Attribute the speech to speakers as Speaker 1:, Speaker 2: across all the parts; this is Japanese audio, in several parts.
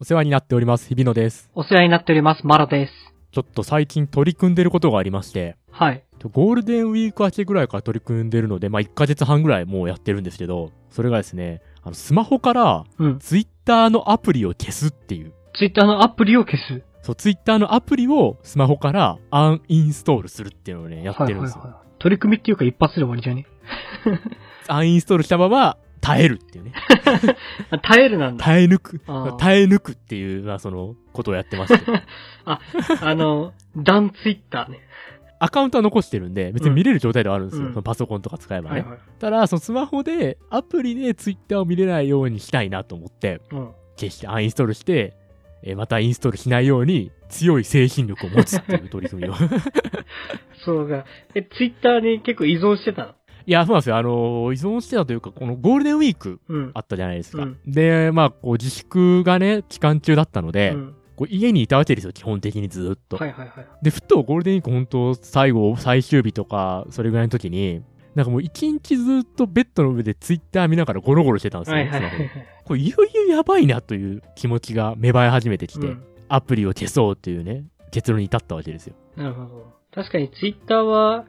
Speaker 1: お世話になっております、日比野です。
Speaker 2: お世話になっております。マロです。
Speaker 1: ちょっと最近取り組んでることがありまして、
Speaker 2: はい。
Speaker 1: ゴールデンウィーク明けぐらいから取り組んでるので、まあ1ヶ月半ぐらいもうやってるんですけど、それがですね、あのスマホから
Speaker 2: うん。
Speaker 1: ツイッターのアプリを消すっていう。
Speaker 2: ツイッターのアプリを消す。
Speaker 1: そう、ツイッターのアプリをスマホからアンインストールするっていうのをね、やってるんですよ。
Speaker 2: はいはいはい。取り組みっていうか一発で終わりじゃね
Speaker 1: アンインストールしたまま耐えるっていう ね。
Speaker 2: あ耐えるなんだ。
Speaker 1: 耐え抜く
Speaker 2: あー。
Speaker 1: 耐え抜くっていう、まあその、ことをやってまして。
Speaker 2: あの、ダンツイッターね。
Speaker 1: アカウントは残してるんで、別に見れる状態ではあるんですよ。
Speaker 2: うん
Speaker 1: そのパソコンとか使えばね。
Speaker 2: はいはい。
Speaker 1: ただ、そのスマホで、アプリでツイッターを見れないようにしたいなと思って、
Speaker 2: うん。
Speaker 1: 決してアンインストールして、えーまたインストールしないように強い精神力を持つっていう取り組みを。 い
Speaker 2: そうが。え、ツイッターに結構依存してたの
Speaker 1: や、そうなんですよ。あのー依存してたというか、このゴールデンウィーク
Speaker 2: うん。
Speaker 1: あったじゃないですか。
Speaker 2: うん
Speaker 1: で、まあ、こう自粛がね、期間中だったので、
Speaker 2: うん。
Speaker 1: こう家にいたわけですよ、基本的にずっと。
Speaker 2: はいはいはい。
Speaker 1: で、ふとゴールデンウィーク本当最後、最終日とか、それぐらいの時に、なんかもう一日ずっとベッドの上でツイッター見ながらゴロゴロしてたんですよ、
Speaker 2: はいはい
Speaker 1: ス
Speaker 2: は
Speaker 1: マ
Speaker 2: い
Speaker 1: ホ
Speaker 2: は
Speaker 1: で
Speaker 2: い。
Speaker 1: これいよいよやばいなという気持ちが芽生え始めてきて、
Speaker 2: うん
Speaker 1: アプリを消そうというね、結論に至ったわけですよ。
Speaker 2: なるほど。確かにツイッターは、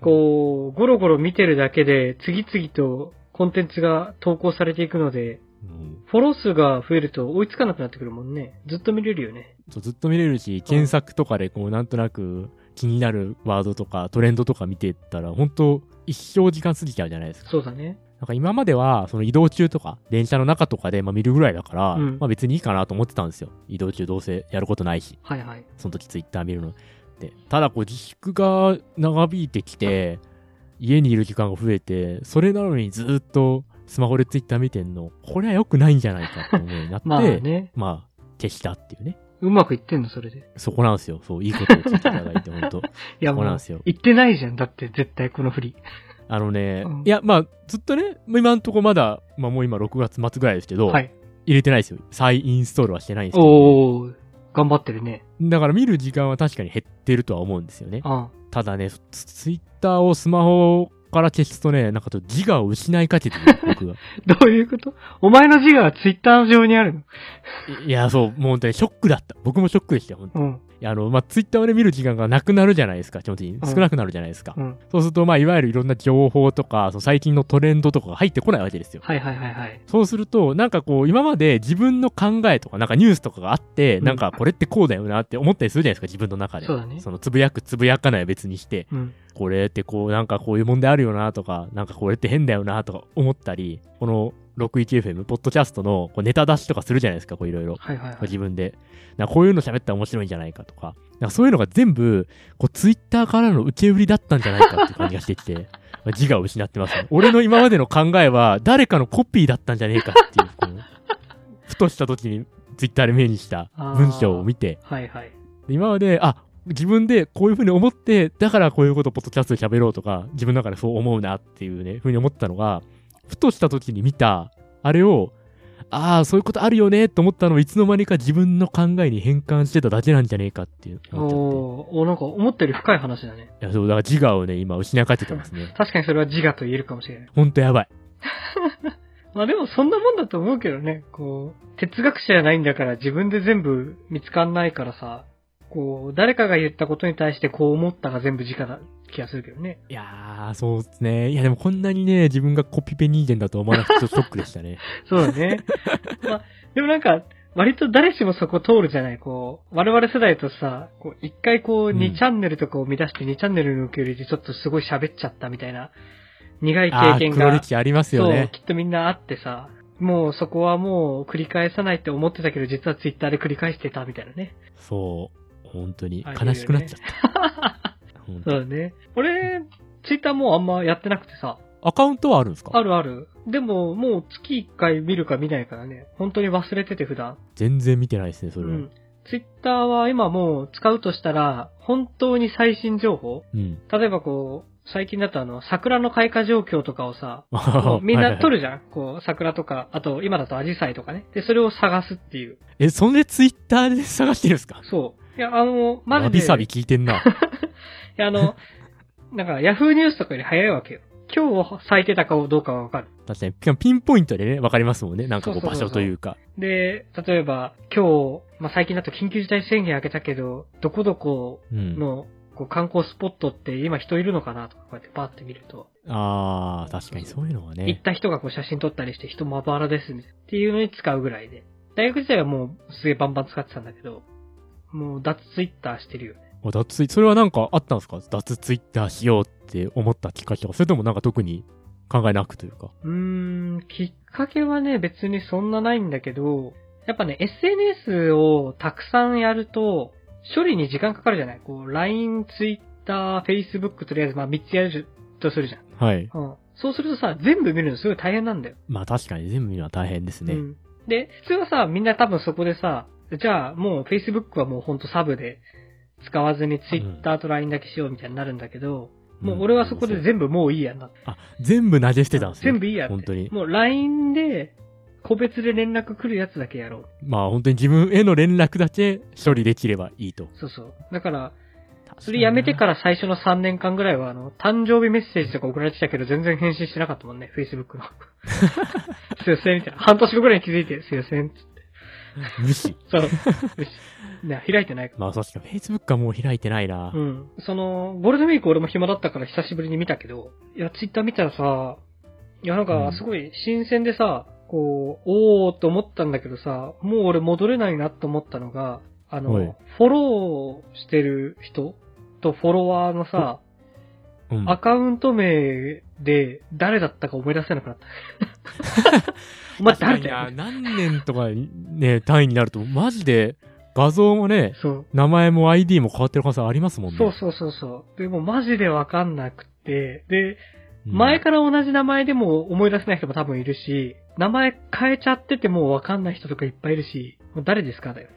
Speaker 2: こう、ゴロゴロ見てるだけで、次々とコンテンツが投稿されていくので、
Speaker 1: うん
Speaker 2: フォロー数が増えると追いつかなくなってくるもんね。ずっと見れるよね。
Speaker 1: そうずっと見れるし、検索とかでこうなんとなく気になるワードとかトレンドとか見てったら、本当一生時間過ぎちゃうじゃないですか。
Speaker 2: そうだね。
Speaker 1: なんか今までは、その移動中とか、電車の中とかでまあ見るぐらいだから、
Speaker 2: うん
Speaker 1: まあ別にいいかなと思ってたんですよ。移動中どうせやることないし、
Speaker 2: はいはい。
Speaker 1: その時ツイッター見るのって。ただこう自粛が長引いてきて、家にいる時間が増えて、それなのにずっとスマホでツイッター見てんの、これは良くないんじゃないかって思うようになって、
Speaker 2: まあね。
Speaker 1: まあ消したっていうね。
Speaker 2: うまくいってんのそれで。
Speaker 1: そこなんですよ。そう、いいことを聞いていただ いて、本当
Speaker 2: いや
Speaker 1: そうなん
Speaker 2: もう
Speaker 1: ですよ、
Speaker 2: 言ってないじゃん。だって絶対この振り。
Speaker 1: あのね、
Speaker 2: うん
Speaker 1: いや、まあ、ずっとね、もう今んとこまだ、まあもう今6月末ぐらいですけど、
Speaker 2: はい。
Speaker 1: 入れてないですよ。再インストールはしてないんですけど、
Speaker 2: おー、頑張ってるね。
Speaker 1: だから見る時間は確かに減ってるとは思うんですよね。
Speaker 2: あ
Speaker 1: ただね、ツツイッターをスマホから消すとね、なんかちょっと自我を失いかけて る、僕が。
Speaker 2: どういうことお前の字がツイッター上にあるの
Speaker 1: いいや、そう、もう本当にショックだった。僕もショックでしたよ、本当
Speaker 2: うん、
Speaker 1: に。あの、まあ、ツイッターをね、見る時間がなくなるじゃないですか、基本的に。
Speaker 2: ん
Speaker 1: 少なくなるじゃないですか。
Speaker 2: うん。
Speaker 1: そうすると、まあ、いわゆるいろんな情報とか、その最近のトレンドとかが入ってこないわけですよ。
Speaker 2: はいはいはいはい。
Speaker 1: そうすると、なんかこう、今まで自分の考えとか、なんかニュースとかがあって、
Speaker 2: うん
Speaker 1: なんかこれってこうだよなって思ったりするじゃないですか、自分の中で。
Speaker 2: そうだね
Speaker 1: その、つぶやく、つぶやかないは別にして、
Speaker 2: うん。
Speaker 1: これってこう、なんかこういう問題あるよなとか、なんかこれって変だよなとか思ったり、この 61FM、ポッドキャストのこうネタ出しとかするじゃないですか、こういろいろ。
Speaker 2: はいはいはい。
Speaker 1: 自分で。なんかこういうの喋ったら面白いんじゃないかとか。なんかそういうのが全部、こう、ツイッターからの受け売りだったんじゃないかっていう感じがしてき て、まあ自我を失ってます、ね。俺の今までの考えは、誰かのコピーだったんじゃねえかっていう、この、ふとした時にツイッターで目にした文章を見て、
Speaker 2: はいはい。
Speaker 1: で今まで、あ、自分でこういうふうに思って、だからこういうことをポッドキャストで喋ろうとか、自分の中でそう思うなっていうね、ふうに思ってたのが、ふとした時に見た、あれを、ああ、そういうことあるよねと思ったのをいつの間にか自分の考えに変換してただけなんじゃねえかっていう
Speaker 2: おー
Speaker 1: 思っちゃっ
Speaker 2: おー、なんか思ったより深い話だね。。
Speaker 1: て。いや、そう、だから自我をね、今失いかけてますね
Speaker 2: 確かにそれは自我と言えるかもしれない。
Speaker 1: ほんとやばい。
Speaker 2: まあでもそんなもんだと思うけどね、こう、哲学者じゃないんだから自分で全部見つかんないからさ、こう、誰かが言ったことに対してこう思ったが全部自我な気がするけどね。
Speaker 1: いやー、そうですね。いや、でもこんなにね、自分がコピペ人間だとは思わなくて、ちょっとショックでしたね。
Speaker 2: そう だね。まあ、でもなんか、割と誰しもそこ通るじゃないこう、我々世代とさ、こう、一回こう、
Speaker 1: うん
Speaker 2: 2チャンネルとかを見出して2チャンネルの受け入れでちょっとすごい喋っちゃったみたいな、苦い
Speaker 1: あ
Speaker 2: 経
Speaker 1: あ
Speaker 2: 験
Speaker 1: ー、
Speaker 2: が
Speaker 1: 黒、歴史ありますよ
Speaker 2: そう、
Speaker 1: ね。
Speaker 2: きっとみんなあってさ、もうそこはもう繰り返さないって思ってたけど、実はツイッターで繰り返してたみたいなね。
Speaker 1: そう。本当に
Speaker 2: ありえ
Speaker 1: 悲
Speaker 2: るよね
Speaker 1: しくなっちゃった。ほんと
Speaker 2: そうだね。俺、ツイッターもうあんまやってなくてさ、
Speaker 1: アカウントはあるんですか
Speaker 2: あるある。でも、もう月1回見るか見ないからね、本当に忘れてて普段。
Speaker 1: 全然見てないですね、そうれは。うん
Speaker 2: ん。ツイッターは今もう使うとしたら、本当に最新情報例えばこう、最近だとあの、桜の開花状況とかをさ、もうみんな撮
Speaker 1: る。
Speaker 2: るじゃん、こう、桜とか、あと今だとアジサイとかね。で、それを探すっていう。
Speaker 1: え、そんでツイッターで探してるんですか
Speaker 2: そう。いや、あの、マジで。
Speaker 1: わびさび聞いてんな。
Speaker 2: いや、あの、なんか、ヤフーニュースとかより早いわけよ。今日咲いてたかどうかはわかる。
Speaker 1: 確かにピン、ピンポイントでね、わかりますもんね。なんかこう
Speaker 2: そうそう
Speaker 1: 場
Speaker 2: そうそう
Speaker 1: 所というか。
Speaker 2: で、例えば、今日、まあ、最近だと緊急事態宣言明けたけど、どこどこ
Speaker 1: うん。
Speaker 2: の、こう観光スポットって今人いるのかなとか、こうやってパーって見ると、
Speaker 1: あー、確かにそういうのは
Speaker 2: 行っ
Speaker 1: ね。
Speaker 2: た人がこう写真撮ったりして人まばらですみたいな。っていうのに使うぐらいで。大学時代はもうすげえバンバン使ってたんだけど、もう脱ツイッターしてるよね。
Speaker 1: お脱ツイそれはなんかあったんですか脱ツイッターしようって思ったきっかけとか、それともなんか特に考えなくというか。
Speaker 2: うーん、きっかけはね、別にそんなないんだけど、やっぱね、SNS をたくさんやると、処理に時間かかるじゃないこう、LINE、Twitter、Facebook とりあえず、まあ3つやるとするじゃん。
Speaker 1: はい。
Speaker 2: うん。そうするとさ、全部見るのすごい大変なんだよ。
Speaker 1: まあ確かに全部見るのは大変ですね。
Speaker 2: うん。で、普通はさ、みんな多分そこでさ、じゃあもう Facebook はもうほんとサブで使わずに Twitter と LINE だけしようみたいになるんだけど、もう俺はそこで
Speaker 1: 全部。
Speaker 2: 全部もういいやな。
Speaker 1: あ、全部投げ捨てたんですよ。
Speaker 2: 全部いいやって
Speaker 1: 本当に。
Speaker 2: もう LINE で個別で連絡来るやつだけやろう。
Speaker 1: まあ本当に自分への連絡だけ処理できればいいと。
Speaker 2: そうそう。だから、それやめてから最初の3年間ぐらいは、あの、誕生日メッセージとか送られてきたけど全然返信してなかったもんね、Facebook の。すいません、みたいな。半年後ぐらいに気づいて、すいません、つって
Speaker 1: 無視。
Speaker 2: そう。 よしね、開いてないから。
Speaker 1: まあ確かに Facebook はもう開いてないな。
Speaker 2: うん。その、ゴールデンウィーク俺も暇だったから久しぶりに見たけど、いや、ツイッター見たらさ、いや、なん
Speaker 1: う
Speaker 2: か
Speaker 1: ん
Speaker 2: すごい新鮮でさ、こう、おーっと思ったんだけどさ、もう俺戻れないなと思ったのが、あ
Speaker 1: はい
Speaker 2: の、フォローしてる人とフォロワーのさ、
Speaker 1: うん
Speaker 2: アカウント名で誰だったか思い出せなくな った。お前誰
Speaker 1: 確
Speaker 2: だ
Speaker 1: か
Speaker 2: よ
Speaker 1: に。な何年とかね、単位になると、マジで画像もね、
Speaker 2: そう。
Speaker 1: 名前も ID も変わってる可能性ありますもんね。
Speaker 2: そうそうそうそう。でもマジでわかんなくて、で、
Speaker 1: うん
Speaker 2: 前から同じ名前でも思い出せない人も多分いるし、名前変えちゃっててもうわかんない人とかいっぱいいるし、もう誰ですかだよ。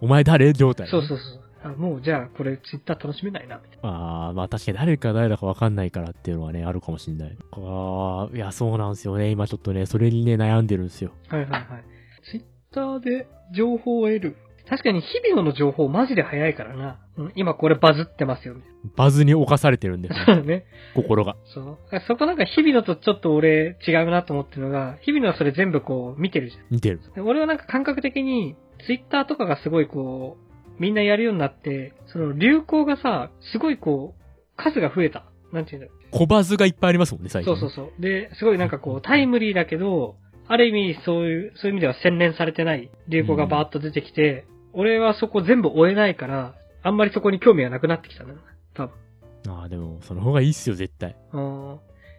Speaker 1: お前誰状態。
Speaker 2: そうそうそう。あもうじゃあこれツイッター楽しめないな、みたい
Speaker 1: ああ、まあ確かに誰か誰だかわかんないからっていうのはね、あるかもしんない。ああ、いや、そうなんですよね。今ちょっとね、それにね、悩んでるんですよ。
Speaker 2: な。はいはいはい。ツイッターで情報を得る。確かに日々の情報マジで早いからな。うん、今これバズってますよ、み
Speaker 1: バズに侵されてるんです、
Speaker 2: たいなね。
Speaker 1: 心が。
Speaker 2: そう。そこなんか日々のとちょっと俺違うなと思ってるのが、日々のはそれ全部こう見てるじゃん。
Speaker 1: 似てる。
Speaker 2: で俺はなんか感覚的に、ツイッターとかがすごいこう、みんなやるようになって、その流行がさ、すごいこう、数が増えた。なんていうんだろう
Speaker 1: 小バズがいっぱいありますもんね、最近。
Speaker 2: そうそうそう。で、すごいなんかこう、タイムリーだけど、ある意味そういう、そういう意味では洗練されてない流行がバーッと出てきて、俺はそこ全部追えないから、あんまりそこに興味がなくなってきたな。多分。
Speaker 1: ああ、でも、その方がいいっすよ、絶対。
Speaker 2: あー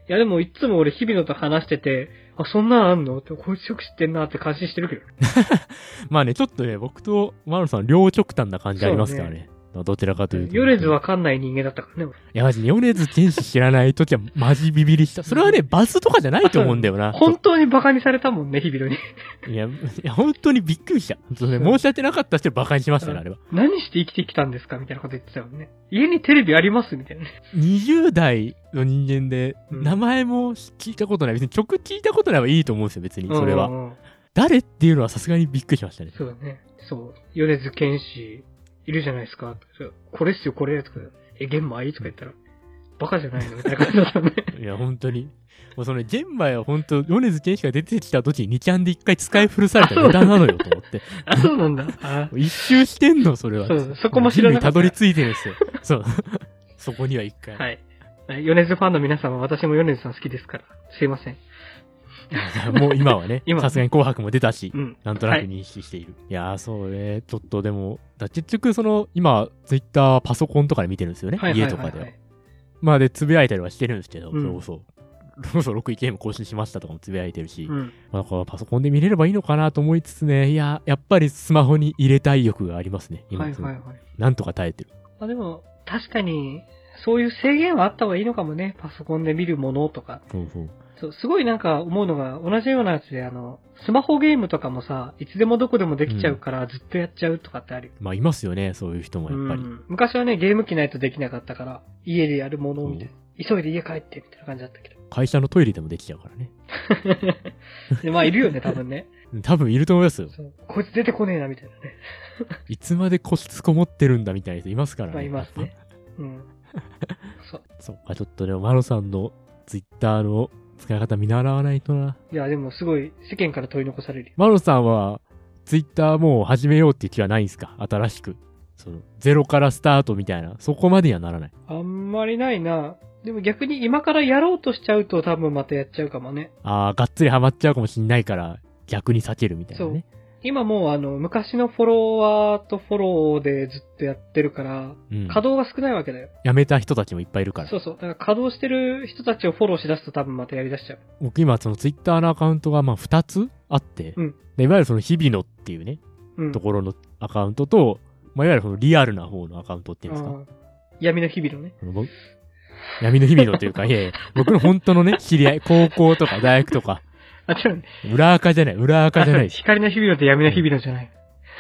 Speaker 2: いやでもいつも俺日々のと話してて、あ、そんなんあんのって、こいつよく知ってんなって感心してるけど。
Speaker 1: まあね、ちょっとね、僕とマロさん、両極端な感じありますから
Speaker 2: そう
Speaker 1: ね。どちらかというと。
Speaker 2: 米津わかんない人間だったからね、俺
Speaker 1: いや、マジ、米津玄師知らないときはマジビビりした。それはね、バズとかじゃないと思うんだよな。
Speaker 2: 本当に馬鹿にされたもんね、日々のに。
Speaker 1: いや、いや本当にびっくりした。そうね、申し訳なかった人バカにしましたね、あれは。
Speaker 2: 何して生きてきたんですかみたいなこと言ってたもんね。家にテレビありますみたいなね。
Speaker 1: 20代の人間で、
Speaker 2: うん
Speaker 1: 名前も聞いたことない。別に曲聞いたことないはいいと思うんですよ、別 に。それ
Speaker 2: う
Speaker 1: は。
Speaker 2: んうんうん。
Speaker 1: 誰っていうのはさすがにびっくりしましたね。
Speaker 2: そうだね。そう。米津玄師、いるじゃないですか。これっすよ、これ。とか、え、玄米とか言ったら、バカじゃないのみたいな感じだ ったね。
Speaker 1: いや、本当に。もうその、ジェンマイは本当、米津玄師が出てきた時に2ちゃんで一回使い古されたネタなのよ、と思って。
Speaker 2: あ、そうなんだ。 あ
Speaker 1: 一周してんの、それは。
Speaker 2: そうそこも知らなかった
Speaker 1: 人類たどり着いてるんですよ。そう。 そこには一回。
Speaker 2: はい。米津ファンの皆様、私も米津さん好きですから。すいません。
Speaker 1: もう今はね、
Speaker 2: 今
Speaker 1: さすがに紅白も出たし
Speaker 2: う、ん。
Speaker 1: なんとなく認識している。い、やー、そうね。ちょっとでも、だ結局、その、今、ツイッター、パソコンとかで見てるんですよね。
Speaker 2: はいはい
Speaker 1: 家
Speaker 2: はい
Speaker 1: とか
Speaker 2: はい
Speaker 1: では。まあ、で、つぶやいたりはしてるんですけど、
Speaker 2: うん
Speaker 1: それこそ。それこそ6位ゲーム更新しましたとかもつぶやいてるし、
Speaker 2: うん。
Speaker 1: まあ、なんかパソコンで見れればいいのかなと思いつつね、いや、やっぱりスマホに入れたい欲がありますね、今、
Speaker 2: はいはいはい。
Speaker 1: なんとか耐えてる。
Speaker 2: まあでも、確かに、そういう制限はあった方がいいのかもね。パソコンで見るものとか。
Speaker 1: そうそう。
Speaker 2: そう、すごいなんか思うのが、同じようなやつで、あの、スマホゲームとかもさ、いつでもどこでもできちゃうから、ずっとやっちゃうとかってあるよ。
Speaker 1: まあ、いますよね、そういう人もやっぱり。
Speaker 2: うん昔はね、ゲーム機ないとできなかったから、家でやるものみたいな。急いで家帰って、みたいな感じだったけ
Speaker 1: 会社のトイレでもできちゃうからね。
Speaker 2: ど。 でまあ、いるよね、多分ね。
Speaker 1: 多分いると思いますよ。
Speaker 2: そう。こいつ出てこねえな、みたいなね。
Speaker 1: いつまで個室こもってるんだみ たいな人いますからね。
Speaker 2: まあ、いますね。うん。そう。
Speaker 1: そうか、ちょっとね、マロさんのツイッターの使い方見習わないとな。
Speaker 2: いや、でもすごい世間から取り残されるよ。
Speaker 1: マロさんは、ツイッターもう始めようっていう気はないんすか新しく。その、ゼロからスタートみたいな。そこまでにはならない。
Speaker 2: あんまりないな。でも逆に今からやろうとしちゃうと多分またやっちゃうかもね。
Speaker 1: あー、がっつりハマっちゃうかもしんないから、逆に避けるみたいなね。
Speaker 2: 今もうあの、昔のフォロワーとフォローでずっとやってるから、
Speaker 1: うん。
Speaker 2: 稼働が少ないわけだよ。
Speaker 1: やめた人たちもいっぱいいるから。
Speaker 2: そうそう。だから稼働してる人たちをフォローしだすと多分またやりだしちゃう。
Speaker 1: 僕今そのツイッターのアカウントがまあ2つあって、
Speaker 2: うん
Speaker 1: でいわゆるその日々のっていうね、
Speaker 2: うん。
Speaker 1: ところのアカウントと、まあ、いわゆるそのリアルな方のアカウントっていうんですか、
Speaker 2: あー闇の日々のね。
Speaker 1: その僕闇の日々のというか、いやいや、僕の本当のね、知り合い、高校とか大学とか、
Speaker 2: あ、違 うね。
Speaker 1: 裏垢じゃない、裏垢じゃないです。
Speaker 2: 光の日々のって闇の日々のじゃない。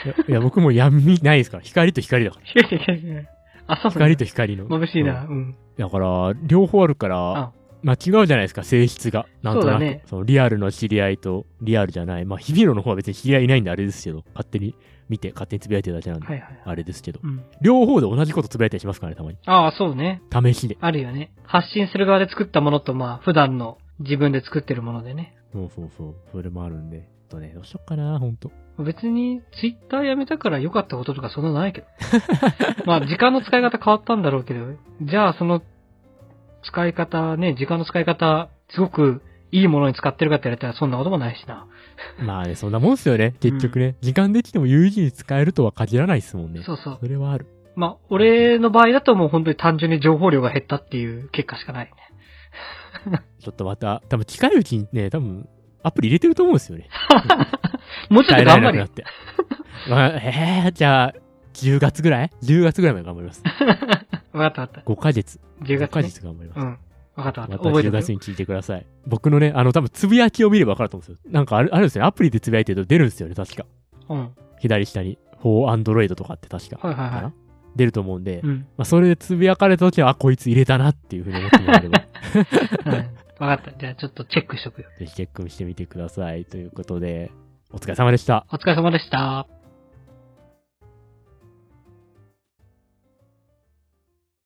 Speaker 1: いやいや、僕も闇ないですから、光と光だから。
Speaker 2: 光の日々のじゃないあ、そうなん
Speaker 1: 光
Speaker 2: だ
Speaker 1: と光の。
Speaker 2: 眩しいな。
Speaker 1: うん。
Speaker 2: うん。
Speaker 1: だから、両方あるから
Speaker 2: あ、
Speaker 1: まあ違うじゃないですか、性質が。なんとな
Speaker 2: そうだ
Speaker 1: く。そ,、
Speaker 2: ね
Speaker 1: のリアルの知り合いと、リアルじゃない。まあ、日々野の方は別に知り合いいないんであれですけど、勝手に見て、勝手につぶやいてるだけなんで、
Speaker 2: はいはい。
Speaker 1: あれですけど。
Speaker 2: うん。
Speaker 1: 両方で同じことつぶやいたりしますからね、たま
Speaker 2: ああ、そうね。
Speaker 1: に。試しで。
Speaker 2: あるよね。発信する側で作ったものと、まあ、普段の自分で作ってるものでね。
Speaker 1: そうそうそう。それもあるんで。ちょっとね、どうしよっかな、ほんと。
Speaker 2: 別に、ツイッターやめたから良かったこととかそんなないけど。 まあ、時間の使い方変わったんだろうけど、じゃあその、使い方ね、時間の使い方、すごくいいものに使ってるかって言われたらそんなこともないしな。
Speaker 1: まあね、そんなもんっすよね。結局ね。時間できても有意義に使えるとは限らないですもんね。
Speaker 2: そうそう。
Speaker 1: それはある。
Speaker 2: まあ、俺の場合だともう本当に単純に情報量が減ったっていう結果しかないね。
Speaker 1: ちょっとまた、多分近いうちにね、多分、アプリ入れてると思うんですよね。
Speaker 2: もうちょっ
Speaker 1: 耐え
Speaker 2: と
Speaker 1: られな
Speaker 2: 頑張
Speaker 1: く
Speaker 2: る
Speaker 1: なっ
Speaker 2: よ。
Speaker 1: て。まあ、えー、じゃあ、10月ぐらい ?10 月ぐらいまで頑張ります。
Speaker 2: わかったわかっ
Speaker 1: 5ヶ月。
Speaker 2: た。10
Speaker 1: 5
Speaker 2: 月、
Speaker 1: ヶ
Speaker 2: ね。
Speaker 1: 月頑張ります
Speaker 2: う。ん。わかったわか
Speaker 1: ま
Speaker 2: っ
Speaker 1: た
Speaker 2: た。覚えて
Speaker 1: 10
Speaker 2: るよ
Speaker 1: 月に聞いてください。僕のね、あの、多分つぶやきを見れば分かると思うんですよ。なんかある、あるんですよね。アプリでつぶやいてると出るんですよね、確か。
Speaker 2: うん。
Speaker 1: 左下に。4アンドロイドとかって確か。
Speaker 2: はいはいはい
Speaker 1: かな出ると思うんで、
Speaker 2: うん。
Speaker 1: まあ、それでつぶやかれた時は、あ、こいつ入れたなっていうふうに思ってもらえれば、
Speaker 2: うん。わかった。じゃあちょっとチェックしとくよ。
Speaker 1: ぜひチェックしてみてください。ということで、お疲れ様でした。
Speaker 2: お疲れ様でした。